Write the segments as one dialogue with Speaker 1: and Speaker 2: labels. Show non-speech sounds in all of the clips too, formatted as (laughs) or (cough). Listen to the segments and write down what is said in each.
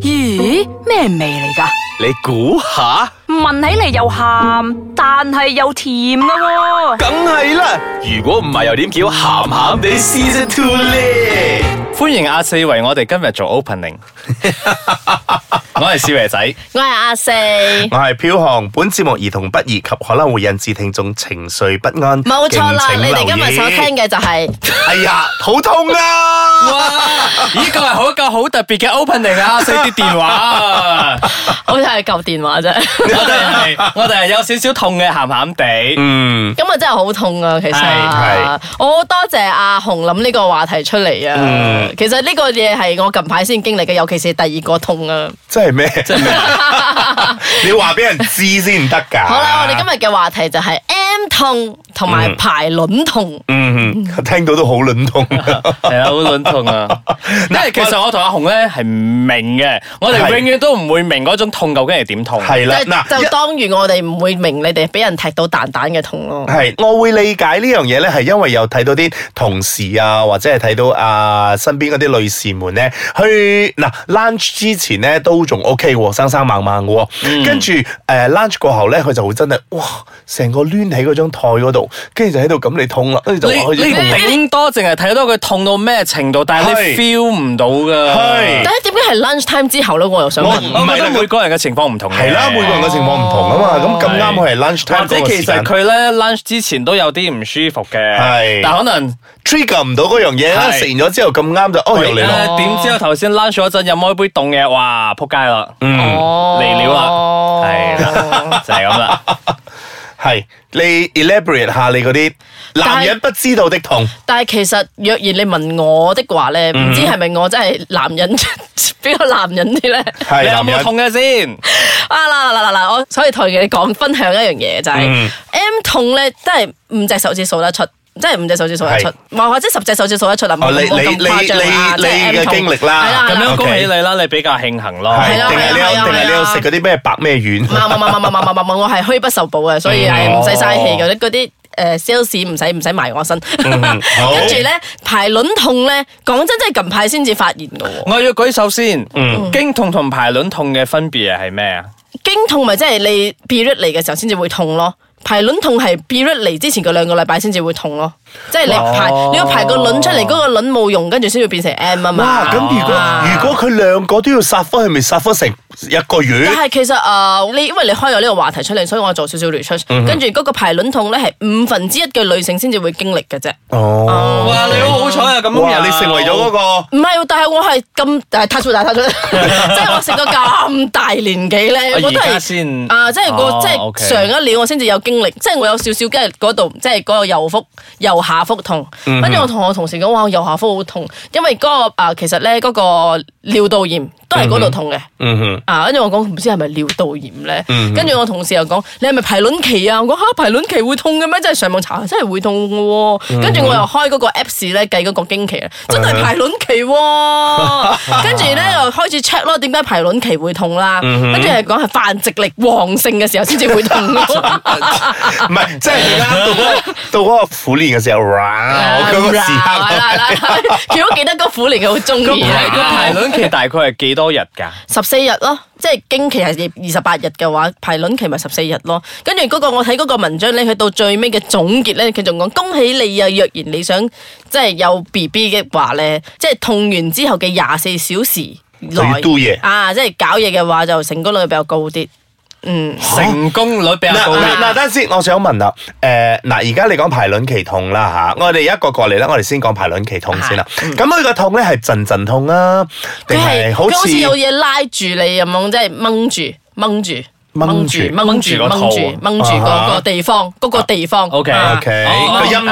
Speaker 1: 咦，咩味嚟噶？
Speaker 2: 你估下，
Speaker 1: 聞起嚟又鹹，但係又甜噶喎、
Speaker 2: 梗係啦。如果唔係，又點叫鹹鹹地 Season Two 咧？
Speaker 3: 歡迎阿四為我哋今日做 opening。我係少爺仔，
Speaker 4: 我係
Speaker 5: (laughs)
Speaker 4: 阿四，
Speaker 5: 我係飄航，本節目兒童不宜及可能會引致聽眾情緒不安，
Speaker 4: 冇錯啦！
Speaker 5: 敬請
Speaker 4: 你哋今
Speaker 5: 留
Speaker 4: 日
Speaker 5: 意
Speaker 4: 所聽，嘅就係
Speaker 5: 哎呀，好痛啊！
Speaker 3: 呢個係好一個好特別嘅 opening 啊！阿四啲
Speaker 5: (laughs)
Speaker 3: 電話，
Speaker 4: 好似係舊電話啫， (laughs)
Speaker 3: 我哋係我哋係有少少痛嘅，鹹
Speaker 5: (laughs)
Speaker 3: 鹹地。
Speaker 5: 嗯，
Speaker 4: 咁啊真係好痛啊！其
Speaker 5: 係
Speaker 4: 實我好多謝阿紅諗呢個話題出嚟
Speaker 5: 嗯
Speaker 4: 啊！其實呢個嘢係我近排先經歷嘅，尤其是第二個
Speaker 5: (laughs)
Speaker 4: 痛啊！ (laughs)
Speaker 5: 真係咩？真係咩？ (laughs) 你話俾人知先得㗎。
Speaker 4: 好啦，我哋今日嘅話題就係 M 痛同埋排卵痛。
Speaker 5: 嗯，聽到都好卵痛。
Speaker 4: (laughs)
Speaker 3: 係啊，好卵痛
Speaker 5: (laughs)
Speaker 3: 啊！因為其實我同阿紅咧係唔明嘅，我哋
Speaker 5: 係
Speaker 3: 永遠都唔會明嗰種痛究竟係點痛。
Speaker 5: 係
Speaker 4: 就
Speaker 5: 啦，嗱，一
Speaker 4: 就當然我哋唔會明你哋俾人踢到蛋蛋嘅痛
Speaker 3: 哦
Speaker 4: 咯。
Speaker 5: 係，我會理解呢樣嘢咧，係因為有睇到啲同事啊，或者係睇到啊身邊嗰啲女士們咧，去嗱 lunch 之前咧都仲 OK 喎，生生猛猛嘅
Speaker 3: 嗯
Speaker 5: 喎，跟住誒 lunch 過後咧，佢就會真係哇，成個攣喺嗰張台嗰度，跟住就喺度咁你痛啦，跟住就話開
Speaker 3: 你
Speaker 5: 始痛
Speaker 3: 你
Speaker 5: 啦。
Speaker 3: 頂多淨係睇到佢痛到咩程度，但係你
Speaker 5: 係
Speaker 3: feel 唔到㗎。
Speaker 5: 係
Speaker 4: 但係點解係 lunch time 之後咧？我又想問。
Speaker 3: 我覺得每個人嘅情況唔同嘅。
Speaker 5: 係啦，每個人嘅情況唔同啊嘛，咁咁啱佢係 lunch
Speaker 3: 哦或
Speaker 5: time
Speaker 3: 者
Speaker 5: 嗰個時
Speaker 3: 其實
Speaker 5: 間
Speaker 3: 佢咧 lunch 之前都有啲唔舒服嘅，
Speaker 5: 係
Speaker 3: 但可能
Speaker 5: trigger 唔到嗰樣嘢啦，
Speaker 3: 係
Speaker 5: 食完咗之後咁啱就哦又嚟啦，
Speaker 3: 誒點知我頭先 lunch 嗰陣飲開杯凍嘢，哇撲街啦，
Speaker 5: 嗯，
Speaker 4: 哦
Speaker 3: 嚟料啦，係啦， (laughs) 就係咁啦。
Speaker 5: (laughs) 係你 elaborate 下你嗰啲男人不知道的痛。
Speaker 4: 但係其實若然你問我的話咧，唔知係咪我真係男人比較男人啲咧？
Speaker 5: 係
Speaker 3: 你有
Speaker 5: 男
Speaker 3: 冇
Speaker 5: 人
Speaker 3: 痛嘅先？
Speaker 4: 啊嗱嗱嗱嗱！我所以同你講分享一樣嘢就係、M 痛咧，真係五隻手指數得出。真係五隻手指數得出
Speaker 5: 係，
Speaker 4: 或或者十隻手指數得出啦，冇
Speaker 5: 哦你
Speaker 4: 冇咁
Speaker 5: 你
Speaker 4: 誇張啊！
Speaker 5: 你
Speaker 4: 即係
Speaker 5: 你
Speaker 4: M 痛
Speaker 5: 你嘅經歷啦
Speaker 4: 係啦
Speaker 3: 咁
Speaker 4: 係啦
Speaker 3: 樣
Speaker 5: OK
Speaker 3: 恭喜你啦，你比較慶幸咯。
Speaker 5: 係
Speaker 4: 啊係啦
Speaker 5: 定係你
Speaker 4: 係啦
Speaker 5: 有定係你
Speaker 4: 係
Speaker 5: 有
Speaker 4: 啦
Speaker 5: 食嗰啲咩白咩
Speaker 4: 唔
Speaker 5: 丸？
Speaker 4: 係唔係唔係唔係唔係唔係，我係虛不受補嘅，所以係唔使嘥氣嘅。嗰啲誒 sales 唔使唔使埋我身，
Speaker 5: 好
Speaker 4: 跟住咧排卵痛咧，講真真係近排先至發現嘅喎。
Speaker 3: 我要舉手先，
Speaker 5: 嗯
Speaker 3: 經痛同排卵痛嘅分別係咩啊？
Speaker 4: 經痛咪即係你 period 嚟嘅時候先至會痛咯。排卵痛係 period 嚟之前嗰兩個禮拜先至會痛咯，即係你
Speaker 5: 哦
Speaker 4: 排你要排個卵出嚟，嗰、個卵冇用，跟住先會變成 M 啊嘛。
Speaker 5: 哇！咁如果
Speaker 4: 啊
Speaker 5: 如果佢兩個都要殺科，佢咪殺科成一個月
Speaker 4: 但？係其實誒，呃你、因為你開咗呢個話題出嚟，所以我做少少 research，跟住
Speaker 5: 嗯
Speaker 4: 嗰個排卵痛咧係五分之一嘅女性先至會經歷嘅啫。
Speaker 5: 哦，
Speaker 3: 哇！你好好彩啊，咁
Speaker 5: 哇！你成為咗嗰個
Speaker 4: 唔係，但係我係咁誒，太粗大太粗，
Speaker 3: (laughs)
Speaker 4: 即係我食到咁大年紀咧，我都
Speaker 3: 而家
Speaker 4: 係
Speaker 3: 先
Speaker 4: 啊，即係
Speaker 3: 哦
Speaker 4: 我即
Speaker 3: OK
Speaker 4: 係上一年我先至有經歷，即係我有少少跟住嗰度，即係嗰個右腹右下腹痛，
Speaker 3: 嗯
Speaker 4: 跟住我同我同事講話，我右下腹好痛，因為嗰個啊其實咧嗰個尿道炎都係嗰度痛嘅。
Speaker 5: 嗯哼，
Speaker 4: 啊！跟住我講唔知係咪尿道炎咧，
Speaker 5: 嗯
Speaker 4: 跟住我同事又講你係咪排卵期啊？我講嚇排卵期會痛嘅咩？真係上網查真係會痛嘅
Speaker 5: 嗯
Speaker 4: 喎。跟住我又開嗰個 Apps 咧計嗰個經期咧，真係排卵期
Speaker 5: 嗯
Speaker 4: 喎。跟住咧又開始 check 咯，點解排卵期會痛啦？跟住係講係繁殖力旺盛嘅時候先至會痛
Speaker 5: (laughs)
Speaker 4: 咯。
Speaker 5: 唔係即係而家到嗰個到嗰個苦練嘅時候，啊哇！我
Speaker 4: 啊
Speaker 5: 嗰個時
Speaker 4: 係啦係
Speaker 5: 刻
Speaker 4: 啦係啦
Speaker 5: (laughs)
Speaker 4: 喬屋記得嗰苦年佢好中
Speaker 3: 個
Speaker 4: 意
Speaker 3: 排個排
Speaker 4: 啊。
Speaker 3: 卵期大概係幾多日㗎？
Speaker 5: 哦
Speaker 4: 十四日咯，即係經期係二十八日嘅話，排卵期咪十四日咯。跟住嗰個我睇嗰個文章咧，佢到最尾嘅總結咧，佢仲講恭喜你啊！若然你想即係有 B B 嘅話咧，即係痛完之後嘅廿四小時內
Speaker 5: 要 do 嘢
Speaker 4: 啊，即係搞嘢嘅話就成功率比較高啲。嗯，
Speaker 3: 成功率比較
Speaker 5: 嗱
Speaker 3: 高啲
Speaker 5: 嗱。嗱，等陣先，我想問啦，誒嗱，而家你講排卵期痛啦吓，我哋一個過嚟啦，我哋先講排卵期痛先
Speaker 4: 啊
Speaker 5: 啦。咁佢個痛咧係陣陣痛啊，
Speaker 4: 佢
Speaker 5: 定
Speaker 4: 係
Speaker 5: 係
Speaker 4: 嗯佢
Speaker 5: 好
Speaker 4: 好
Speaker 5: 似
Speaker 4: 似有嘢拉住你咁樣，即係掹住掹住。
Speaker 5: 掹住啊
Speaker 4: 掹住
Speaker 3: 掹住個
Speaker 4: 掹
Speaker 3: 肚
Speaker 4: 住掹住嗰個地方，嗰個地方。
Speaker 3: O K
Speaker 4: 啊
Speaker 5: OK，個哦陰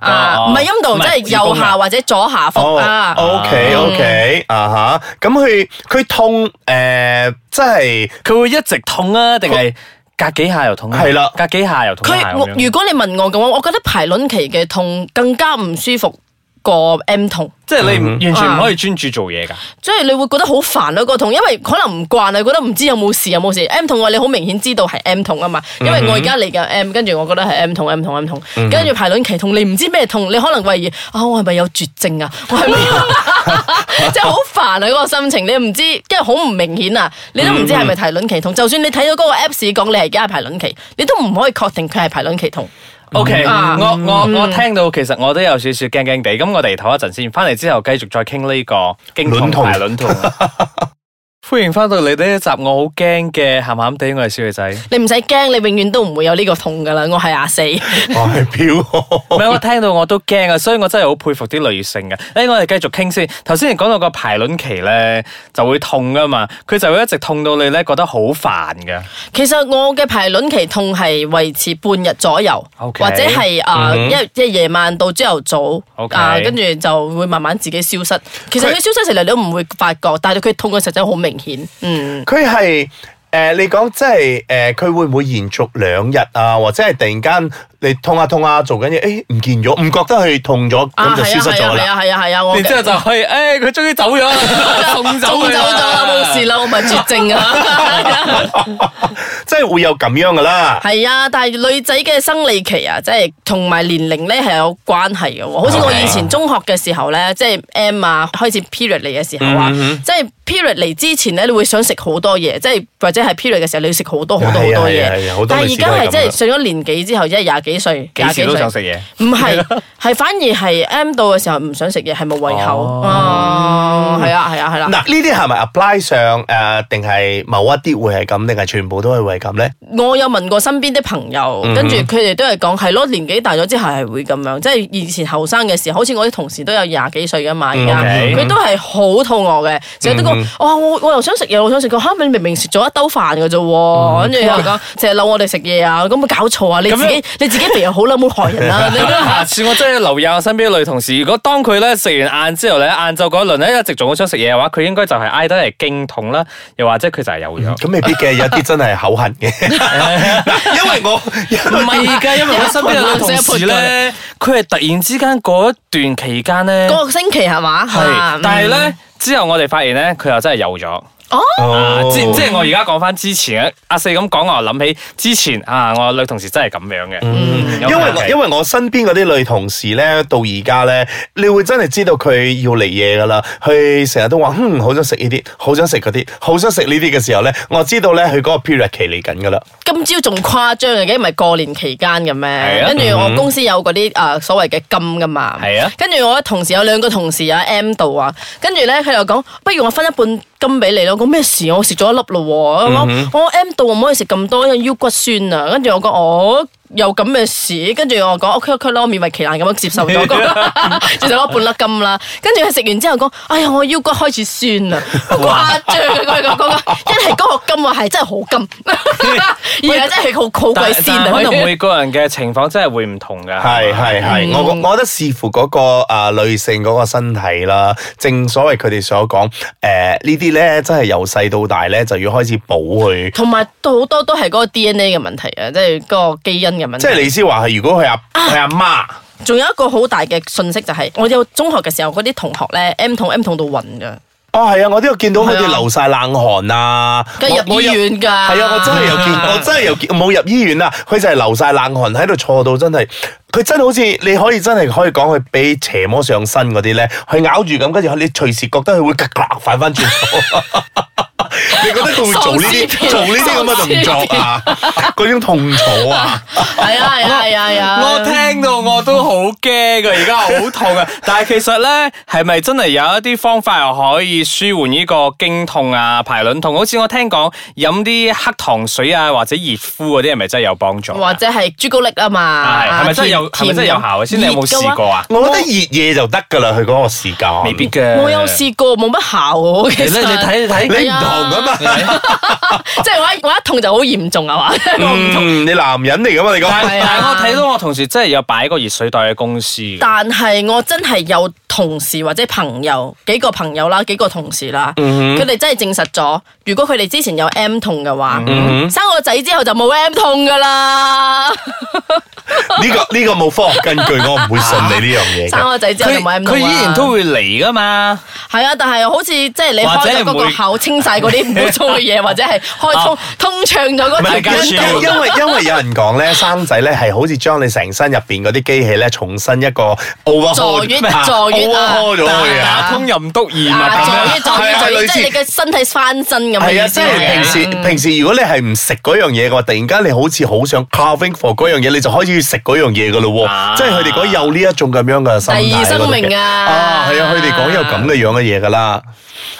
Speaker 5: 道
Speaker 4: 啊，唔係陰道，即係右下或者左下腹啊。
Speaker 5: O K O K 哦啊吓，咁佢佢痛誒、呃，即係 (laughs)
Speaker 3: 佢會一直痛啊，定係隔幾下又痛啊？
Speaker 5: 係啦
Speaker 3: 隔幾下又痛一
Speaker 4: 佢
Speaker 3: 下咁
Speaker 4: 我
Speaker 3: 樣
Speaker 4: 如果你問我嘅話，我覺得排卵期嘅痛更加唔舒服個 M 痛。
Speaker 3: 即係你唔完全唔可以專注做嘢㗎。
Speaker 4: 即係你會覺得好煩啊咯個痛，因為可能唔慣啊，覺得唔知有冇事有冇事。M 痛嘅啊話你好明顯知道係 M 痛啊嘛，因為我而家嚟緊 M，跟住我覺得係 M 痛 M 痛 M 痛，跟住排卵期痛，你唔知咩痛，你可能為啊我係咪有絕症啊？我係咪有即係好煩啊嗰個心情，你唔知，跟住好唔明顯啊，你都唔知係咪排卵期痛。就算你睇到嗰個 Apps 講你係而家係排卵期，你都唔可以確定佢係排卵期痛。
Speaker 3: O K，
Speaker 4: 啊
Speaker 3: 我我我聽到其實我都有少少驚驚地，咁我哋唞一陣先，翻嚟之後繼續再傾呢個經痛
Speaker 5: 卵痛
Speaker 3: 排卵痛。
Speaker 4: (laughs)
Speaker 3: 歡迎翻到嚟呢一集，我好驚嘅，鹹鹹地，我係小女仔。
Speaker 4: 你唔使驚，你永遠都唔會有呢個痛噶啦。我係廿四，
Speaker 5: 我係飄
Speaker 3: 唔係，我聽到我都驚啊，所以我真係好佩服啲女性嘅。啊誒，我哋繼續傾先。頭先你講到個排卵期咧，就會痛噶嘛，佢就會一直痛到你咧覺得好煩嘅。
Speaker 4: 其實我嘅排卵期痛係維持半日左右
Speaker 3: OK
Speaker 4: 或者係啊一一夜晚到朝頭早
Speaker 3: OK
Speaker 4: 啊，跟住就會慢慢自己消失。其實佢消失時嚟你都唔會發覺，但係佢痛嘅時候真係好明顯。嗯，
Speaker 5: 佢係誒，你講即係誒，呃佢、會唔會延續兩日啊？或者係突然間你痛下痛下做緊嘢，誒、唔見咗，唔覺得佢痛咗，咁、
Speaker 4: 啊
Speaker 5: 就
Speaker 4: 係
Speaker 5: 消
Speaker 4: 啊
Speaker 5: 失
Speaker 4: 係
Speaker 5: 咗
Speaker 4: 啊係
Speaker 5: 啦。
Speaker 4: 啊係啊係啊，我
Speaker 3: 然之後就可以，誒、佢終於走咗啦，
Speaker 4: (laughs)
Speaker 3: 送走
Speaker 4: 中
Speaker 3: 佢
Speaker 4: 走咗啦，冇事啦，我咪絕症啊！
Speaker 5: (laughs) 即係會有咁樣噶啦。
Speaker 4: 係啊，但係女仔嘅生理期啊，即係同埋年齡咧係有關係嘅喎。好似我
Speaker 5: OK
Speaker 4: 以前中學嘅時候咧，即係 M 啊，開始 period 嚟嘅時候
Speaker 5: 嗯
Speaker 4: 啊，即係 period 嚟之前咧，你會想食好多嘢，即係或者係 period 嘅時候，你要食好多好多好
Speaker 5: 係啊
Speaker 4: 多
Speaker 5: 係啊係啊好多
Speaker 4: 嘢。但
Speaker 5: 女
Speaker 4: 係而
Speaker 5: 士都
Speaker 4: 家
Speaker 5: 係
Speaker 4: 係
Speaker 5: 咁
Speaker 4: 即
Speaker 5: 㗎
Speaker 4: 係上咗年紀之後，即係廿幾歲，
Speaker 3: 幾
Speaker 4: 廿幾
Speaker 3: 時都想食
Speaker 4: 歲。
Speaker 3: 嘢。
Speaker 4: 唔係，係反而係 M 到嘅時候唔想食嘢，係冇胃口。哦，係啊，係啊，係啦
Speaker 5: 嗱，。呢啲係咪 apply 上誒，呃定、係某一啲會係咁，定係全部都係會係咁咧？
Speaker 4: 我有問過身邊啲朋友，
Speaker 3: 嗯
Speaker 4: 跟住佢哋都係講係咯，年紀大咗之後係會咁樣，即係以前後生嘅時候，好似我啲同事都有廿幾歲噶嘛，而
Speaker 3: 嗯
Speaker 4: 家
Speaker 3: OK 嗯
Speaker 4: 佢都係好肚餓嘅，成日都講，哦，我我又想食嘢，我想食個嚇，你明明食咗一兜飯嘅啫喎，跟住
Speaker 3: (laughs)
Speaker 4: 又講成日嬲我哋食嘢啊，咁咪搞錯啊！你自
Speaker 3: 嗯咁樣
Speaker 4: 己你自己肥又好啦，唔好害人啊
Speaker 3: (laughs)
Speaker 4: 啦，你都
Speaker 3: 下
Speaker 4: 係
Speaker 3: 次我真係留意下我身邊嘅女同事，如果當佢咧食完晏之後咧，晏晝嗰一輪咧一直仲好想食嘢嘅話，佢應該就係挨得係經痛啦，又或者佢就係有
Speaker 4: (laughs)
Speaker 3: 咗。
Speaker 5: 咁未必嘅，有啲真係口痕
Speaker 3: (laughs)
Speaker 5: 嘅。嗱，因為我因
Speaker 3: 唔
Speaker 5: 為
Speaker 3: 係㗎，因為我身邊嘅女同事咧，佢係突然之間嗰一段期間咧， (laughs)
Speaker 4: 嗰個星期係嘛？啊
Speaker 3: 係，但係咧之後我哋發現咧，佢又真係有咗。 (laughs) 啊
Speaker 5: 哦
Speaker 3: 即即係我而家講翻之前啊阿四咁講，我又諗起之前啊，我女同事真係咁樣嘅。嗯
Speaker 5: 因為我因
Speaker 3: 為
Speaker 5: 為我身邊嗰啲女同事咧，到而家咧，你會真係知道佢要嚟嘢噶啦。佢成日都話，嗯，好想食呢啲，好想食嗰啲，好想食呢啲嘅時候咧，我知道咧佢嗰個 period 期嚟緊噶啦。
Speaker 4: 今朝仲誇張嘅，唔係過年期間嘅咩
Speaker 3: 啊？
Speaker 4: 跟住我公司有嗰啲誒所謂嘅金噶嘛，
Speaker 3: 係啊
Speaker 4: 跟住我同事有兩個同事啊 M 度啊，跟住咧佢又講，不如我分一半金俾你咯。我講咩事啊？我食咗一粒咯喎，
Speaker 3: 嗯
Speaker 4: 我我 M 度我唔可以食咁多，因為腰骨酸啊。跟住我講我。有咁嘅事，跟住我講 OK OK 咯，我勉為其難咁樣接受
Speaker 3: (laughs)
Speaker 4: 咗，(laughs) 接受咗半粒金啦。跟住佢食完之後講：哎呀，我腰骨開始
Speaker 3: (laughs)
Speaker 4: 酸啦，誇張嘅佢講講，一係嗰個金啊，係真係好金，
Speaker 3: (laughs)
Speaker 4: 而係真係好好
Speaker 3: 但
Speaker 4: 鬼
Speaker 3: 但
Speaker 4: 鮮啊！
Speaker 3: 係可
Speaker 4: 佢
Speaker 3: 能每個人嘅情況真係會唔同
Speaker 4: 啊
Speaker 3: 㗎。
Speaker 5: 係係
Speaker 4: 嗯
Speaker 5: 係，我我我覺得視乎嗰、個啊、女性嗰個身體啦，正所謂佢哋所講，誒、呢啲咧真係由細到大咧就要開始補佢。
Speaker 4: 同埋都好多都係嗰個 DNA 嘅問題啊，即係嗰個基因嘅問
Speaker 5: 即係
Speaker 4: 題。
Speaker 5: 你先話係，如果佢阿
Speaker 4: 啊
Speaker 5: 佢阿媽，
Speaker 4: 仲有一個好大嘅信息就係，我有中學嘅時候嗰啲同學咧，M 痛 M 痛到暈㗎，
Speaker 5: 哦係啊，我都有見到佢哋
Speaker 4: 係啊
Speaker 5: 流晒冷汗啊，
Speaker 4: 跟住
Speaker 5: 我
Speaker 4: 入
Speaker 5: 我
Speaker 4: 醫
Speaker 5: 有
Speaker 4: 院㗎。
Speaker 5: 係啊，我真係
Speaker 4: (laughs)
Speaker 5: 有見，我真係有見，冇入醫院啦。佢就係流晒冷汗喺度坐到真係，佢真係好似你可以真係可以講佢俾邪魔上身嗰啲咧，佢咬住咁，跟住你隨時覺得佢會咔咔反翻轉頭。 (laughs) 你覺得佢會做呢
Speaker 4: 喪屍片
Speaker 5: 啲做呢啲咁嘅動作啊？嗰種痛楚啊！
Speaker 4: 係啊係啊係啊係啊！
Speaker 3: 我聽到我都好驚㗎，而家好痛啊！但係其實咧，係咪真係有一啲方法又可以舒緩呢個經痛啊、排卵痛？好似我聽講飲啲黑糖水啊，或者熱敷嗰啲，係咪真係有幫助？啊
Speaker 4: 或者係朱古力啊嘛，
Speaker 3: 係係咪真係有係咪真係有效啊？先你有冇試過
Speaker 4: 啊？
Speaker 3: 啊？
Speaker 5: 我覺得熱嘢就得㗎啦，佢嗰個時間
Speaker 3: 未必嘅。
Speaker 4: 我有試過，冇乜效喎。啊
Speaker 3: 你
Speaker 4: 其
Speaker 3: 咧，
Speaker 4: 實
Speaker 3: 你睇你
Speaker 5: 你
Speaker 3: 睇。啊
Speaker 5: 唔同㗎
Speaker 4: (laughs)
Speaker 5: 啊
Speaker 4: 即係我一我一痛就好嚴重啊嘛，我唔痛。
Speaker 5: 嗯，你男人嚟噶嘛？你
Speaker 3: 但
Speaker 5: 講
Speaker 4: 係啊
Speaker 3: 但我睇到我同事真係有擺個熱水袋嘅公司嘅，
Speaker 4: 但係我真係有同事或者朋友幾個朋友啦，幾個同事啦，
Speaker 5: 嗯
Speaker 4: 佢哋、真係證實咗，如果佢哋之前有 M 痛嘅話，
Speaker 5: 嗯
Speaker 4: 生個仔之後就冇 M 痛噶
Speaker 5: (laughs)
Speaker 4: 啦，
Speaker 5: 呢個呢個冇科學根據，我唔會信你呢樣嘢
Speaker 4: 生
Speaker 5: 嘅。
Speaker 4: 個仔之後就
Speaker 3: 佢
Speaker 4: 冇 M
Speaker 3: 佢
Speaker 4: 痛啊
Speaker 3: 依然都會嚟噶嘛。
Speaker 4: 係啊，但係好似即係你
Speaker 3: 或者
Speaker 4: 開咗嗰
Speaker 3: 唔會
Speaker 4: 個口清晒嗰啲唔好做嘅
Speaker 5: (laughs)
Speaker 4: 嘢，或者係開
Speaker 5: 哦
Speaker 4: 通通暢咗
Speaker 3: 係
Speaker 4: 嗰條
Speaker 3: 間
Speaker 4: 筋
Speaker 3: 樹
Speaker 5: 因
Speaker 4: 道
Speaker 5: 因因為因為有人講咧，生仔咧係好似將你成身入邊嗰啲機器咧，重新一個 over
Speaker 4: 坐月坐月啊
Speaker 5: over 咗佢啊！
Speaker 3: 打通任督二
Speaker 4: 啊，
Speaker 3: 脈咁
Speaker 4: 就
Speaker 3: 樣
Speaker 4: 呢。就
Speaker 5: 係啊
Speaker 4: 呢
Speaker 5: 類
Speaker 4: 就
Speaker 5: 似
Speaker 4: 即係你嘅身體翻身咁嗯嘅
Speaker 5: 係啊，
Speaker 4: 意
Speaker 5: 即
Speaker 4: 思
Speaker 5: 係平時平時如果你係唔食嗰樣嘢嘅話，突然間你好似好想 carving for 嗰樣嘢，你就開始食嗰樣嘢噶咯
Speaker 3: 啊
Speaker 5: 喎。即係佢哋講有呢一種咁樣嘅心態
Speaker 4: 第二生命啊
Speaker 5: 啊，係啊，佢哋講有咁嘅樣嘅嘢噶啦。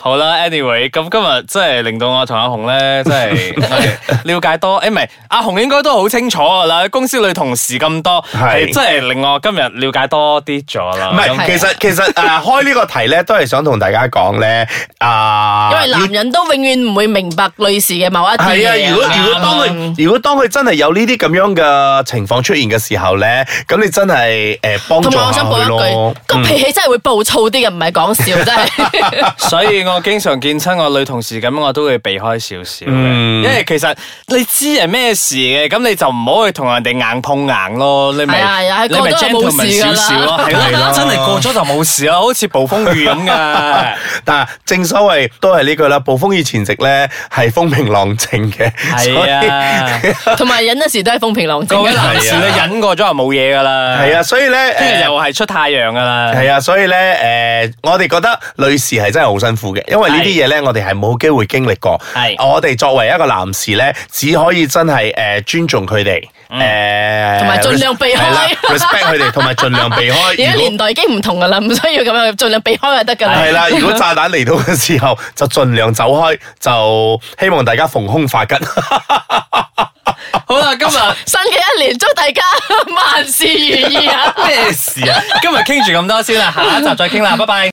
Speaker 3: 好啦，anyway，咁今日真係令到我同阿紅咧，真係係了解多。誒，唔係，阿紅應該都好清楚噶啦，公司裏同事咁多，
Speaker 5: 係
Speaker 3: 係真係令我今日了解多啲咗啦。
Speaker 5: 唔係，其實其實誒開呢個題咧，都係想同大家講咧，啊，
Speaker 4: 因為
Speaker 5: 要
Speaker 4: 男人都永遠唔會明白女士嘅某一啲
Speaker 5: 係
Speaker 4: 嘢
Speaker 5: 啊，如果如果當佢如果當佢真係有呢啲咁樣嘅情況出現嘅時候咧，咁你真係誒幫助
Speaker 4: 同埋我
Speaker 5: 下
Speaker 4: 想補
Speaker 5: 佢
Speaker 4: 一
Speaker 5: 咯嗯
Speaker 4: 句，。個脾氣真係會暴躁啲嘅，唔係講笑，真
Speaker 5: (laughs)
Speaker 4: 係。
Speaker 3: 所以我經常見親我女同事咁，我都會避開少少嘅，
Speaker 5: 嗯
Speaker 3: 因為其實你知係咩事嘅，咁你就唔好去同人哋硬碰硬咯，你咪
Speaker 4: 係啊係啊
Speaker 3: 你咪
Speaker 4: 過咗就冇事
Speaker 3: gentleman 少
Speaker 4: 㗎啦
Speaker 3: 少
Speaker 5: (laughs)
Speaker 3: 咯，係
Speaker 5: 係
Speaker 3: 啦
Speaker 5: 咯，
Speaker 3: 真係過咗就冇事啦，好似暴風雨咁噶。
Speaker 5: 但係正所謂都係呢句啦，暴風雨前夕咧係風平浪靜嘅， (laughs) 所以 (laughs)
Speaker 3: 係啊，
Speaker 4: 同埋忍嗰時都係風平浪靜
Speaker 3: 各位
Speaker 5: 啊
Speaker 4: 嘅
Speaker 3: 男士咧忍過咗就冇嘢噶啦，
Speaker 5: 係啊，，所以咧
Speaker 3: 聽日
Speaker 5: 誒
Speaker 3: 又係出太陽噶啦，
Speaker 5: (laughs) 係啊，所以咧，诶、我哋覺得女士係真係好辛苦嘅，因為呢啲嘢咧，我哋係冇機會經歷過。
Speaker 3: 係
Speaker 5: 我哋作為一個男士咧，只可以真係诶、誒尊重佢哋，诶、
Speaker 4: 嗯同埋盡量避開
Speaker 5: 係啦 respect 佢哋，同埋盡量避
Speaker 4: (laughs) 而家
Speaker 5: 開。如
Speaker 4: 年
Speaker 5: 果
Speaker 4: 代已經唔同噶啦，唔需要咁樣，盡量避開就得噶啦。
Speaker 5: 係啦，如果炸彈嚟到嘅時候，就盡量走開，就希望大家逢凶化
Speaker 4: (laughs)
Speaker 5: 吉。
Speaker 3: 好啦，今日。
Speaker 4: 新嘅一年，祝大家萬事如意啊！
Speaker 5: (laughs)
Speaker 3: 咩事啊？今日傾住咁多先啦，下一集再傾啦，拜拜。